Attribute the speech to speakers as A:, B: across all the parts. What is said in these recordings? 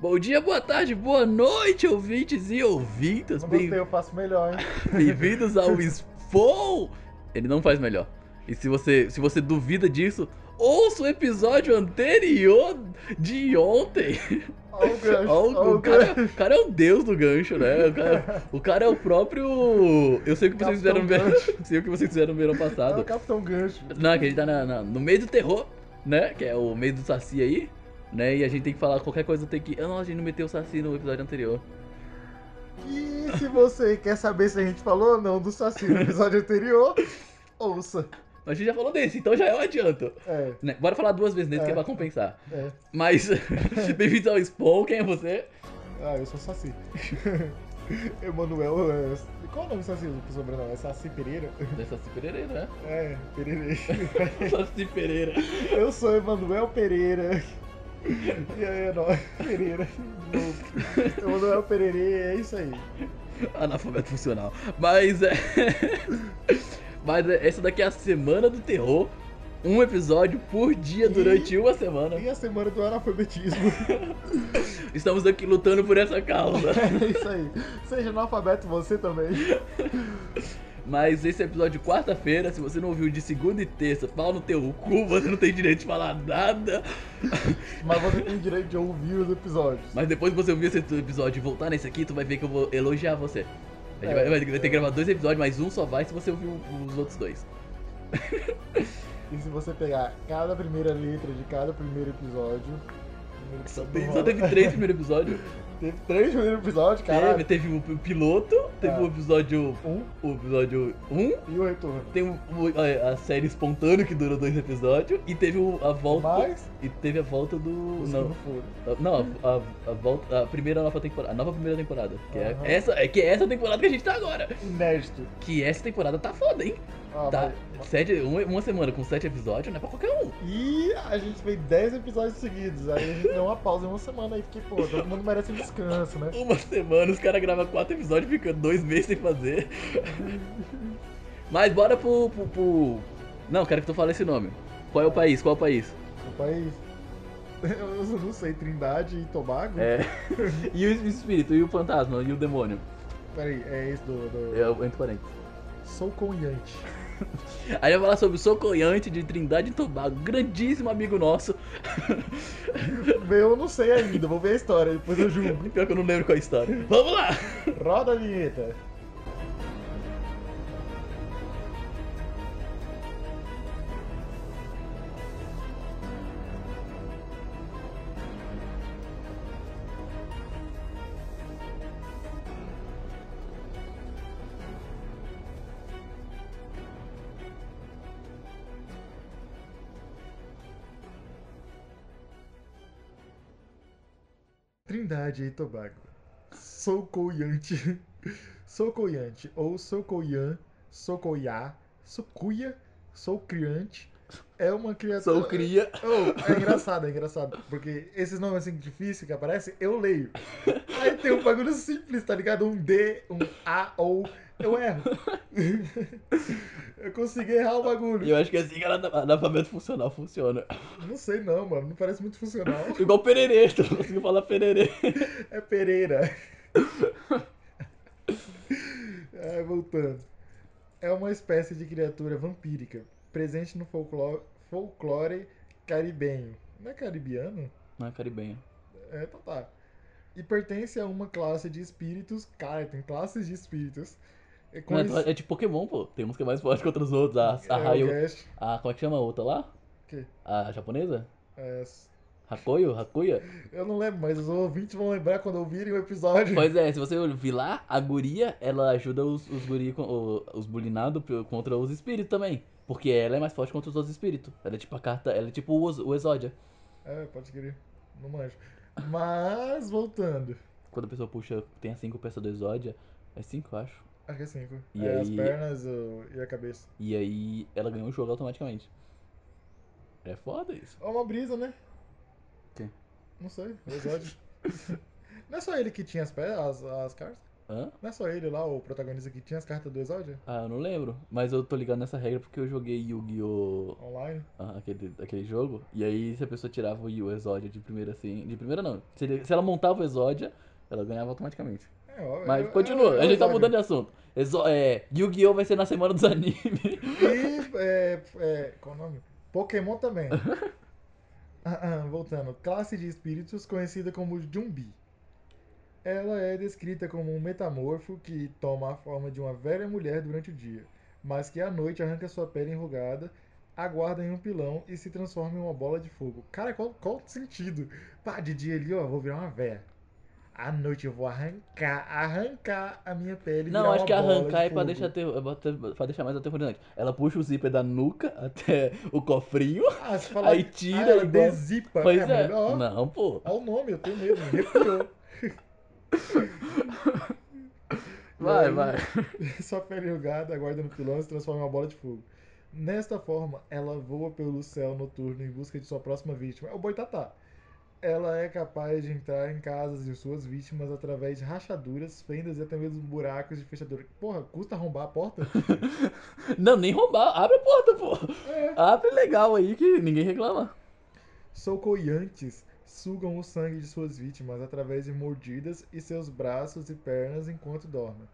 A: Bom dia, boa tarde, boa noite, ouvintes e ouvintas.
B: Não
A: Bem-
B: gostei, eu faço melhor, hein?
A: Bem-vindos ao Spawn! Ele não faz melhor. E se você, se você duvida disso, ouça o episódio anterior de ontem.
B: Olha o gancho.
A: Ó,
B: olha
A: o, o cara, o cara é o deus do gancho, né? O cara, o cara é o próprio. Eu sei o que vocês fizeram no verão. Sei o que vocês fizeram no verão
B: É o
A: passado.
B: Capitão Gancho.
A: Não, que a gente tá na- na- no meio do terror, né? Que é o meio do Saci aí, né? E a gente tem que falar qualquer coisa, tem que. Ah, não, a gente não meteu o Saci no episódio anterior.
B: E se você quer saber se a gente falou ou não do Saci no episódio anterior, ouça.
A: Mas a gente já falou desse, então já é um adianto.
B: É,
A: Né? Bora falar duas vezes nesse que é
B: É.
A: pra compensar.
B: é.
A: Mas, bem-vindos ao Spawn, quem é você?
B: Ah, eu sou Saci. Emanuel. É... Qual o nome do Saci? O sobrenome é Saci Pereira?
A: É Saci Pereira, né?
B: É, Pereira.
A: Saci Pereira.
B: Eu sou Emanuel Pereira. E aí, é nóis. Pereira. de novo. Emanuel Pereira, é isso aí.
A: Analfabeto funcional. Mas é. Mas é- essa daqui é a Semana do Terror. Um episódio por dia durante uma semana.
B: E a semana do analfabetismo.
A: Estamos aqui lutando por essa causa.
B: É isso aí. Seja analfabeto você também.
A: Mas esse é o episódio de quarta-feira. Se você não ouviu de segunda e terça, fala no teu cu, você não tem direito de falar nada.
B: Mas você tem direito de ouvir os episódios.
A: Mas depois que você ouvir esse episódio e voltar nesse aqui, tu vai ver que eu vou elogiar você. A gente
B: É,
A: vai, vai ter que
B: é.
A: gravar dois episódios, mas um só vai se você ouvir o- os outros dois.
B: E se você pegar cada primeira letra de cada primeiro episódio. primeiro
A: Só,
B: episódio
A: tem- um.
B: do
A: só
B: Rola-
A: teve três no primeiro episódio.
B: Teve três primeiros episódios, cara.
A: Teve, teve o piloto, teve
B: É.
A: o episódio.
B: Um
A: O episódio 1.
B: e o retorno.
A: Tem o, o- é, a, a série espontânea que dura dois episódios. E teve o- a volta.
B: Mas,
A: E teve a volta do.
B: os que
A: Não.
B: não foram.
A: A- Não, a, a- a volta, a primeira nova temporada, a nova primeira temporada, que é
B: Aham.
A: essa, é que é essa temporada que a gente tá agora.
B: Inédito.
A: Que essa temporada tá foda, hein?
B: Ah,
A: Tá,
B: mas-
A: sete, um- uma semana com sete episódios não é pra qualquer um.
B: E a gente fez 10 episódios seguidos. Aí a gente deu uma pausa em uma semana aí, porque, pô, todo mundo merece um descanso, né?
A: Uma semana os caras gravam quatro episódios e ficam dois meses sem fazer. Mas bora pro, pro, pro- Não, quero que tu fale esse nome. Qual é o país? Qual é o país?
B: O país. Eu não sei, Trindade e Tobago?
A: É. E o espírito, e o fantasma, e o demônio.
B: Peraí, é esse do. do...
A: É, entre parênteses.
B: Sou conhante.
A: Aí vai falar sobre o Socoiante de Trindade e Tobago, grandíssimo amigo nosso.
B: Meu, eu não sei ainda, vou ver a história, depois eu julgo.
A: Pior que eu não lembro qual é a história. Vamos lá!
B: Roda a vinheta. Trindade e Tobago. Socoiante. Socoiante ou Socoian, Socoiá, Socuia, Soucriante. É uma criatura.
A: Sou cria.
B: Oh, é engraçado, é engraçado. Porque esses nomes assim difíceis que aparecem, eu leio. Aí tem um bagulho simples, tá ligado? Um D, um A ou. Eu erro. Eu consegui errar o bagulho.
A: Eu acho que é assim que ana- analfabeto funcional funciona.
B: Não sei não, mano. Não parece muito funcional.
A: Igual pererê, tu não conseguiu falar pererê.
B: É Pereira. Ai, voltando. É uma espécie de criatura vampírica, presente no folclore, folclore caribenho. Não é caribiano?
A: Não, é caribenha.
B: É, tá, tá. E pertence a uma classe de espíritos. Cara, tem classes de espíritos. É
A: Não, é,
B: conhec-
A: é tipo Pokémon, pô. Tem uns que é mais forte que outros outros. A, a
B: é, o
A: Raio.
B: Gash,
A: A, como é que chama a outra lá?
B: Que?
A: A japonesa?
B: é, s-
A: Hakoyo? Hakuya?
B: eu não lembro, mas os ouvintes vão lembrar quando ouvirem o episódio.
A: Pois é, se você vir lá, a guria, ela ajuda os, os guri, com- o- os bulinados p- contra os espíritos também. Porque ela é mais forte contra os outros espíritos. Ela é tipo a carta, ela é tipo o, Oz- o Exódia.
B: É, pode querer. Não manjo. Mas, voltando.
A: Quando a pessoa puxa, tem a 5 peças do Exódia. É 5, eu acho.
B: Acho que é cinco.
A: E
B: é, as
A: aí-
B: pernas o- e a cabeça.
A: E aí ela ganhou o jogo automaticamente. É foda isso.
B: É uma brisa, né? um
A: Quem?
B: Não sei, o Exódio. Não é só ele que tinha as, pe- as, as cartas?
A: Hã?
B: Não é só ele lá, o protagonista que tinha as cartas do Exódia?
A: Ah, eu não lembro. Mas eu tô ligado nessa regra porque eu joguei Yu-Gi-Oh!
B: Online?
A: Ah, aquele, aquele jogo. E aí, se a pessoa tirava o Yu Exódia de primeira, assim. De primeira, não. Se, ele- se ela montava o Exódia, ela ganhava automaticamente.
B: É, ó,
A: Mas
B: é-
A: continua,
B: é- é
A: a gente tá
B: Exódia.
A: mudando de assunto. Exo- é, Yu-Gi-Oh! vai ser na semana dos animes.
B: E, é, é, qual o nome? Pokémon também. Ah, ah, Voltando. Classe de espíritos conhecida como Jumbi. Ela é descrita como um metamorfo que toma a forma de uma velha mulher durante o dia, mas que à noite arranca sua pele enrugada, aguarda em um pilão e se transforma em uma bola de fogo. Cara, qual, qual o sentido? Pá, de dia ali, ó, vou virar uma velha. À noite eu vou arrancar, arrancar a minha pele. e
A: Não,
B: virar
A: acho
B: uma
A: que
B: bola de
A: arrancar é pra
B: fogo.
A: deixar, ter, pra deixar mais aterrorizante. Ela puxa o zíper da nuca até o cofrinho.
B: Ah, se falar
A: Aí
B: que-
A: tira
B: ah, ela
A: igual-
B: desipa.
A: Pois
B: é,
A: é.
B: melhor.
A: Não, pô.
B: Olha o nome, eu tenho medo, me arrepiou.
A: Vai,
B: aí?
A: vai.
B: Sua pele enrugada, aguarda no pilão e se transforma em uma bola de fogo. Nesta forma, ela voa pelo céu noturno em busca de sua próxima vítima. É o boitatá. Ela é capaz de entrar em casas de suas vítimas através de rachaduras, fendas e até mesmo buracos de fechadura. Porra, custa arrombar a porta?
A: Não, nem roubar. Abre a porta, pô.
B: É.
A: Abre legal aí que ninguém reclama.
B: Socoiantes sugam o sangue de suas vítimas através de mordidas e seus braços e pernas enquanto dormem.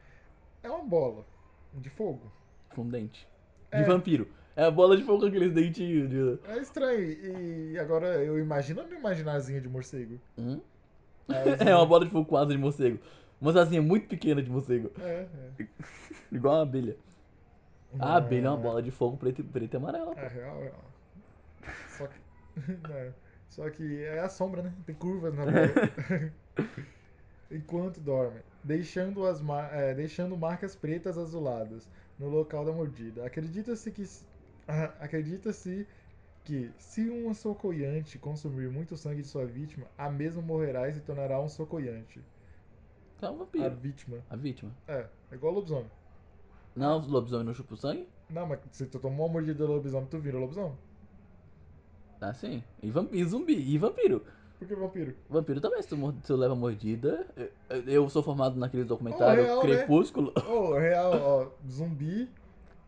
B: É uma bola de fogo.
A: Com um dente. De
B: É.
A: vampiro. É a bola de fogo com aqueles dentinhos de.
B: É estranho. E agora eu imagino no imaginarzinho de morcego.
A: Hum?
B: Mas,
A: É uma bola de fogo com asa de morcego. Uma asinha muito pequena de morcego.
B: É, é.
A: Igual uma abelha. A abelha é uma
B: É,
A: bola de fogo preta e, preta e amarela.
B: É real, é real. Só que. né, Só que é a sombra, né? Tem curvas na bola. Enquanto dorme, deixando, as mar... é, deixando marcas pretas azuladas no local da mordida. Acredita-se que. Acredita-se que se um socoiante consumir muito sangue de sua vítima, a mesma morrerá e se tornará um socoiante.
A: É um
B: A
A: vampiro.
B: vítima.
A: A vítima.
B: É, é igual lobisomem.
A: Não, os lobisomens não chupam sangue?
B: Não, mas se tu tomou uma mordida do lobisomem, tu vira lobisomem?
A: Tá sim. E, vamp... e zumbi. E vampiro.
B: Por que vampiro?
A: Vampiro também, se tu, mor- se tu leva mordida. Eu, eu sou formado naquele documentário
B: Oh, real, né?
A: Crepúsculo.
B: Ô, real, ó, zumbi,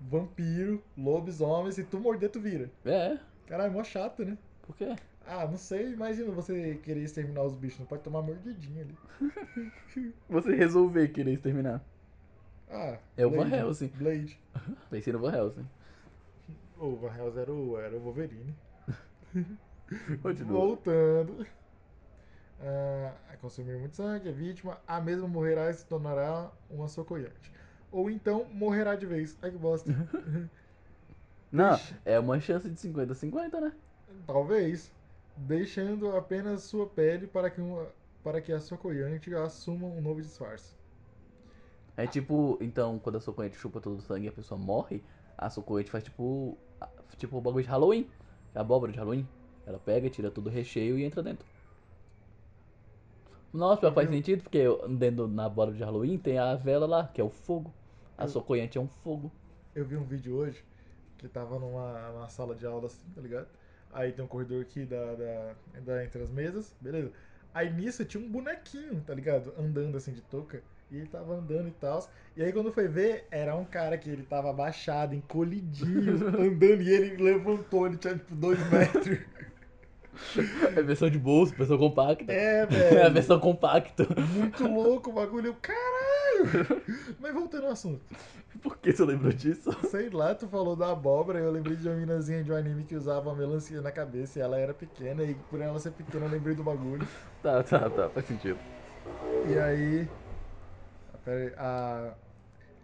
B: vampiro, lobisomem, se tu morder, tu vira.
A: É.
B: Caralho, mó chato, né?
A: Por quê?
B: Ah, não sei, imagina você querer exterminar os bichos, não pode tomar mordidinha ali.
A: Você resolver querer exterminar.
B: Ah,
A: É o
B: Blade,
A: Van Helsing.
B: Blade.
A: Pensei no Van Helsing.
B: Ô, o Van Helsing era o, era o Wolverine.
A: Continua.
B: Voltando. Ah, a consumir muito sangue, é vítima, a mesma morrerá e se tornará uma socoiante. Ou então morrerá de vez. Ai que bosta.
A: Não, é uma chance de 50-50, né?
B: Talvez, deixando apenas sua pele para que, uma, para que a sua coiante assuma um novo disfarce.
A: É tipo, então, quando a socorrente chupa todo o sangue e a pessoa morre, a socorrente faz tipo. a- Tipo o bagulho de Halloween. A abóbora de Halloween. Ela pega, tira todo o recheio e entra dentro. Nossa, pior, faz
B: Eu-
A: sentido, porque dentro na abóbora de Halloween tem a vela lá, que é o fogo. A
B: Eu-
A: socorrente é um fogo.
B: Eu vi um vídeo hoje que tava numa, numa sala de aula assim, tá ligado? Aí tem um corredor aqui da, da, da- entre as mesas, beleza. Aí nisso tinha um bonequinho, tá ligado? Andando assim de touca. E ele tava andando e tal. E aí quando foi ver, era um cara que ele tava abaixado, encolhidinho, andando. E ele levantou, ele tinha tipo dois metros.
A: É a versão de bolso, versão compacta.
B: É,
A: É a
B: velho.
A: versão compacta.
B: Muito louco o bagulho, eu, caralho! Mas voltando ao assunto,
A: Por que você lembrou disso?
B: sei lá, tu falou da abóbora, eu lembrei de uma minazinha de um anime que usava uma melancia na cabeça e ela era pequena, e por ela ser pequena eu lembrei do bagulho.
A: Tá, tá, tá, faz sentido.
B: E aí. ah, pera aí, A,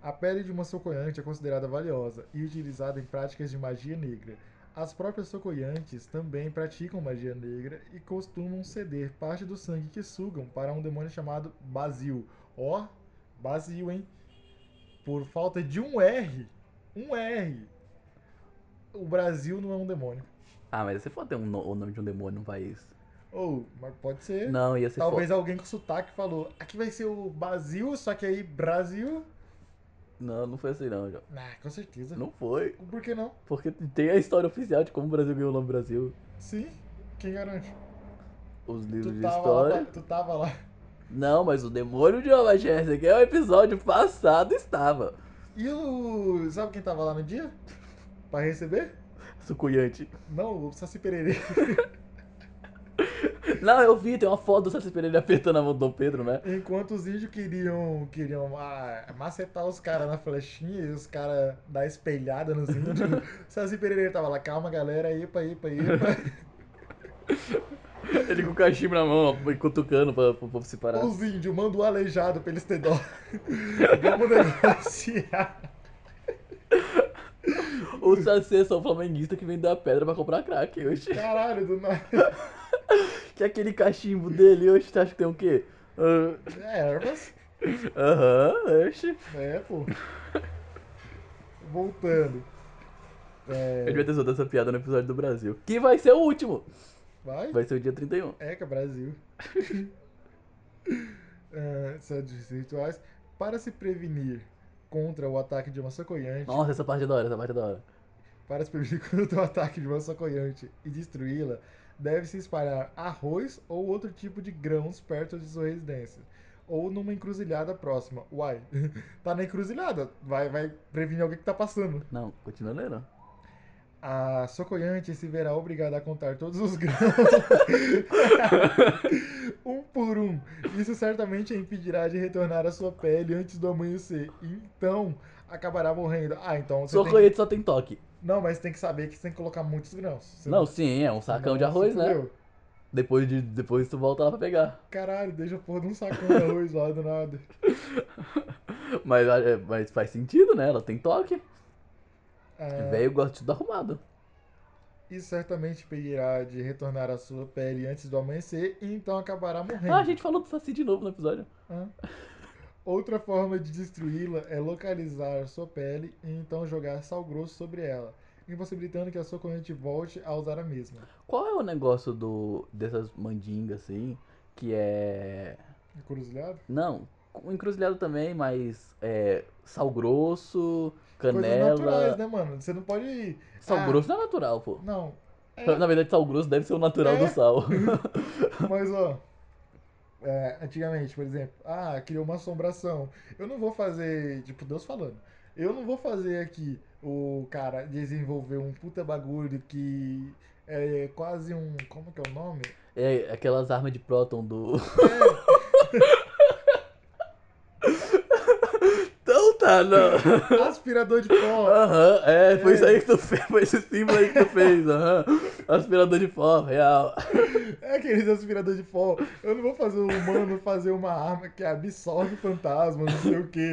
B: a pele de uma socoiante é considerada valiosa e utilizada em práticas de magia negra. As próprias socoiantes também praticam magia negra e costumam ceder parte do sangue que sugam para um demônio chamado Basil. Ó, Basil, hein? Por falta de um R. Um R. O Brasil não é um demônio.
A: Ah, mas você pode ter um no- o nome de um demônio num país.
B: Ou, mas pode ser.
A: Não, ia ser
B: É. Talvez
A: foda.
B: alguém com sotaque falou: aqui vai ser o Brasil, só que aí Brasil.
A: Não, não foi assim não, João.
B: Ah, com certeza.
A: Não foi.
B: Por que não?
A: Porque tem a história oficial de como o Brasil ganhou o nome Brasil.
B: Sim. Quem garante?
A: Os livros
B: Tu
A: de
B: tava, lá, né?
A: história.
B: pra- tu tava lá.
A: Não, mas o demônio de Nova Jersey, que é o episódio passado, estava.
B: E o. Sabe quem tava lá no dia? Pra receber?
A: Sucuyante.
B: Não, o Saci Pererê.
A: Não, eu vi, tem uma foto do Saci Pereira apertando a mão do Dom Pedro, né?
B: Enquanto os índios queriam, queriam ah, macetar os caras na flechinha e os caras dar espelhada nos índios, o Saci Pereira tava lá, calma galera, epa, epa, epa.
A: Ele com o cachimbo na mão, ó, cutucando pra, pra, pra se parar.
B: Os índios, manda o aleijado pra eles terem dó. Vamos negociar.
A: O Saci é só o flamenguista que vem da pedra pra comprar crack hoje.
B: Caralho, do nada.
A: Que aquele cachimbo dele hoje, tu acha que tem o quê? Ah,
B: É, ervas.
A: Aham, oxe.
B: É, pô. Voltando. É,
A: É. Eu devia ter soltado essa piada no episódio do Brasil. Que vai ser o último.
B: Vai?
A: Vai ser o dia 31.
B: Eca, Brasil. Ah, Santos rituais. Para se prevenir contra o ataque de uma socoiante,
A: Nossa, essa parte é da hora, essa parte é da hora.
B: para se prevenir contra o ataque de uma socoiante e destruí-la, deve-se espalhar arroz ou outro tipo de grãos perto de sua residência. Ou numa encruzilhada próxima. Uai, tá na encruzilhada. Vai, vai prevenir alguém que tá passando.
A: Não, continua lendo.
B: A socoiante se verá obrigada a contar todos os grãos, um por um. Isso certamente a impedirá de retornar à sua pele antes do amanhecer. Então, acabará morrendo. Ah, então você
A: Só
B: tem...
A: colhete só tem toque.
B: Não, mas tem que saber que você tem que colocar muitos grãos. Você
A: Não, sim, é um sacão de
B: senão você
A: arroz, né?
B: fudeu.
A: Depois, de, depois tu volta lá pra pegar.
B: Caralho, deixa a porra de um sacão de arroz lá do nada.
A: Mas, é, mas faz sentido, né? Ela tem toque.
B: Ah,
A: Velho gosta de tudo arrumado.
B: e certamente impedirá de retornar à sua pele antes do amanhecer. Então, acabará morrendo.
A: Ah, a gente falou do Saci de novo no episódio.
B: Hã? Outra forma de destruí-la é localizar sua pele e então jogar sal grosso sobre ela, impossibilitando que a sua corrente volte a usar a mesma.
A: Qual é o negócio do dessas mandingas assim? Que é.
B: Encruzilhado?
A: Não, com encruzilhado também, mas é. Sal grosso,
B: Coisas naturais,
A: canela.
B: né, mano? Você não pode ir.
A: Sal
B: Ah,
A: grosso não é natural, pô.
B: Não. É.
A: Na verdade, sal grosso deve ser o natural
B: É.
A: do sal.
B: Mas, ó. é, antigamente, por exemplo, ah, criou uma assombração. Eu não vou fazer. Tipo, Deus falando. Eu não vou fazer aqui o cara desenvolver um puta bagulho que é quase um. Como que é o nome?
A: É aquelas armas de próton do.
B: É,
A: Então tá, não.
B: É, aspirador de pó.
A: Aham, é, foi isso aí que tu fez, foi esse símbolo aí que tu fez, aham. Aspirador de pó, real.
B: É aqueles aspirador de pó. Eu não vou fazer um humano fazer uma arma que absorve fantasmas, não sei o quê.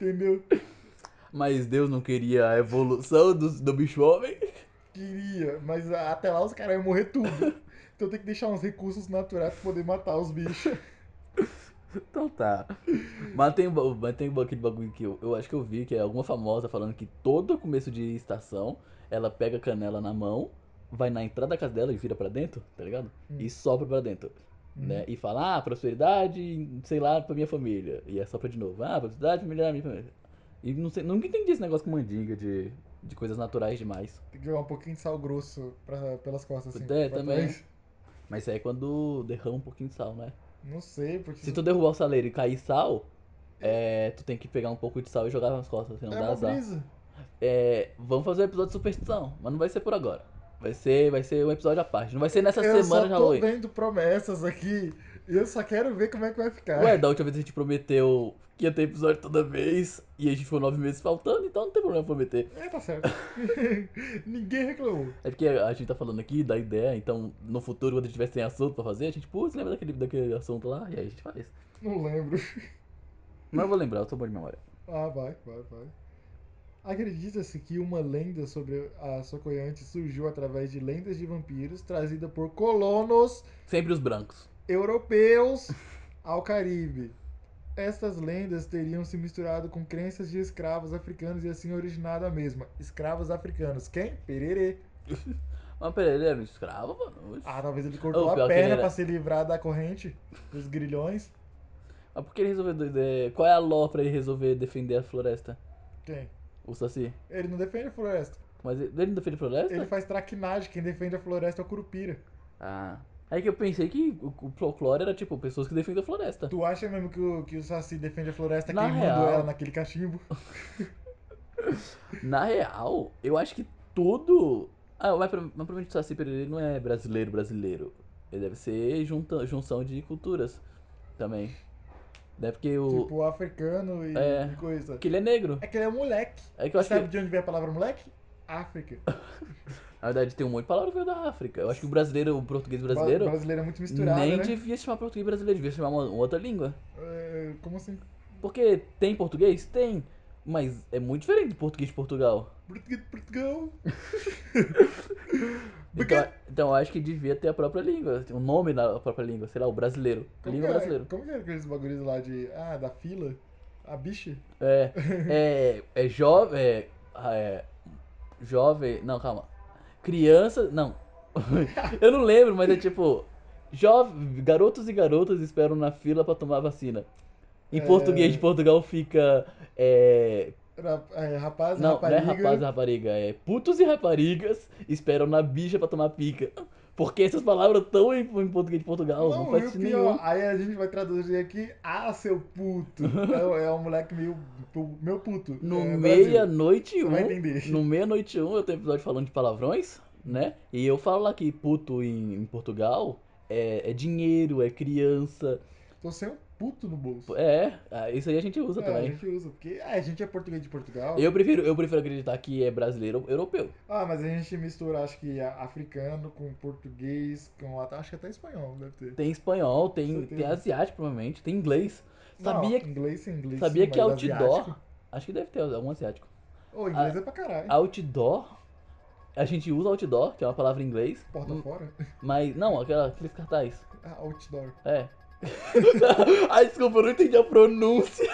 B: Entendeu?
A: Mas Deus não queria a evolução do, do bicho homem?
B: Queria, mas a- até lá os caras iam morrer tudo. Então tem que deixar uns recursos naturais pra poder matar os bichos.
A: Então tá. Mas tem, um ba- mas tem um ba- aquele bagulho que eu, eu acho que eu vi, que é alguma famosa falando que todo começo de estação ela pega a canela na mão, vai na entrada da casa dela e vira pra dentro, tá ligado?
B: Hum.
A: E sopra pra dentro.
B: Uhum.
A: né? E fala, ah, prosperidade, sei lá, pra minha família. E é só pra de novo, ah, prosperidade, família, da minha família. E não sei, nunca entendi esse negócio com mandinga de, de coisas naturais demais.
B: Tem que jogar um pouquinho de sal grosso pra, pelas costas assim.
A: É,
B: pra
A: também.
B: trás.
A: Mas isso aí é quando derrama um pouquinho de sal, né?
B: Não sei, porque.
A: Se tu derrubar o saleiro e cair sal, é, tu tem que pegar um pouco de sal e jogar nas costas, senão
B: é
A: dá
B: uma
A: azar.
B: brisa.
A: É, vamos fazer um episódio de superstição, mas não vai ser por agora. Vai ser, vai ser um episódio à parte. Não vai ser nessa
B: eu
A: semana
B: só
A: de
B: tô
A: Halloween.
B: vendo promessas aqui. e Eu só quero ver como é que vai ficar.
A: Ué, da última vez a gente prometeu que ia ter episódio toda vez e a gente ficou nove meses faltando, então não tem problema prometer.
B: É, tá certo. Ninguém reclamou.
A: É porque a gente tá falando aqui da ideia, então no futuro, quando a gente tiver sem assunto pra fazer, a gente, putz, lembra daquele, daquele assunto lá? E aí a gente faz.
B: Não lembro.
A: Mas eu vou lembrar, eu sou bom de memória.
B: Ah, vai, vai, vai. Acredita-se que uma lenda sobre a Socoiante surgiu através de lendas de vampiros trazida por colonos
A: Sempre os brancos.
B: europeus ao Caribe. Estas lendas teriam se misturado com crenças de escravos africanos e assim originado a mesma. Escravos africanos. Quem? Pererê.
A: Mas peraí, ele era um escravo, mano.
B: Ah, talvez ele cortou
A: Oh,
B: a
A: pior que ele
B: perna
A: era-
B: pra se livrar da corrente, dos grilhões.
A: Mas por que ele resolveu. de- de- Qual é a ló pra ele resolver defender a floresta?
B: Quem?
A: O Saci?
B: Ele não defende a floresta.
A: Mas ele ele não defende a floresta?
B: Ele faz traquinagem. Quem defende a floresta é o Curupira.
A: Ah. É que eu pensei que o, o folclore era tipo pessoas que defendem a floresta.
B: Tu acha mesmo que o, que o Saci defende a floresta
A: Na
B: queimando
A: real.
B: ela naquele cachimbo?
A: Na real, eu acho que tudo. Ah, mas, pra- mas provavelmente o Saci Pererê não é brasileiro brasileiro. Ele deve ser junta, junção de culturas também. Né? Porque o.
B: Tipo, africano e
A: É.
B: coisa.
A: Porque ele é negro.
B: É que ele é um moleque.
A: É que eu acho
B: Sabe
A: que.
B: de onde vem a palavra moleque? África.
A: Na verdade, tem um monte de palavra que veio da África. Eu acho que o brasileiro, o português brasileiro,
B: O brasileiro é muito misturado,
A: nem
B: né?
A: devia chamar português brasileiro, devia chamar uma, uma outra língua.
B: É, como assim?
A: Porque tem português? Tem. Mas é muito diferente do português de Portugal.
B: Português de Portugal. Porque-
A: Então, então eu acho que devia ter a própria língua, um nome na própria língua, sei lá, o brasileiro.
B: Como que,
A: língua
B: é,
A: brasileira.
B: como que é aqueles bagulhos lá de. Ah, da fila? A bicha?
A: É. É. É jovem. É, é, jovem. Não, calma. Criança. Não. Eu não lembro, mas é tipo. Jovem, garotos e garotas esperam na fila pra tomar vacina. Em
B: É.
A: português de Portugal fica. É,
B: Ra- é, rapaz,
A: não,
B: rapariga.
A: não é rapaz e rapariga, é putos e raparigas esperam na bicha pra tomar pica. Porque essas palavras estão em, em português de Portugal, não,
B: Não, e
A: faz
B: o
A: sentido
B: pior,
A: nenhum.
B: aí a gente vai traduzir aqui, ah, seu puto. é, é um moleque meio. pu- Meu puto.
A: No
B: é, Brasil.
A: meia-noite
B: Você
A: um,
B: vai entender.
A: no meia-noite um eu tenho episódio falando de palavrões, né? E eu falo aqui puto em, em Portugal é, é dinheiro, é criança,
B: Tô sem um puto no bolso.
A: é, ah, isso aí a gente usa
B: É, a
A: também.
B: gente usa, porque ah, a gente é português de Portugal.
A: Eu prefiro, eu prefiro acreditar que é brasileiro ou europeu.
B: Ah, mas a gente mistura, acho que a- africano com português, com até- acho que até espanhol deve ter.
A: Tem espanhol, tem,
B: Certeza.
A: tem asiático provavelmente, tem inglês. Sabia,
B: Não, inglês sim, inglês
A: sabia
B: sim,
A: que é
B: mas
A: outdoor... Ah,
B: asiático.
A: Acho que deve ter algum asiático.
B: Ô, inglês é pra caralho.
A: outdoor. A gente usa outdoor, que é uma palavra em inglês.
B: Porta fora?
A: Mas, não, aquela, aqueles cartazes.
B: Ah, outdoor.
A: É. Ai, desculpa, eu não entendi a pronúncia.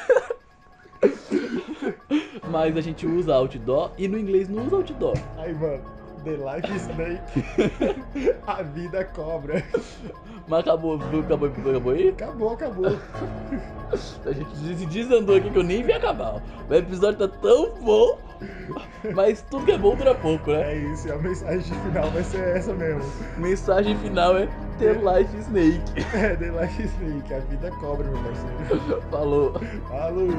A: Mas a gente usa outdoor e no inglês não usa outdoor.
B: Aí, mano, The Life Snake. a vida cobra.
A: Mas acabou, acabou, acabou aí?
B: Acabou, acabou.
A: A gente se desandou aqui que eu nem vi acabar. O episódio tá tão bom. Mas tudo que é bom dura pouco, né?
B: É isso, e a mensagem final vai ser essa mesmo.
A: Mensagem final é ter life snake.
B: É, The Life Snake, a vida cobra, meu parceiro.
A: Falou.
B: Falou!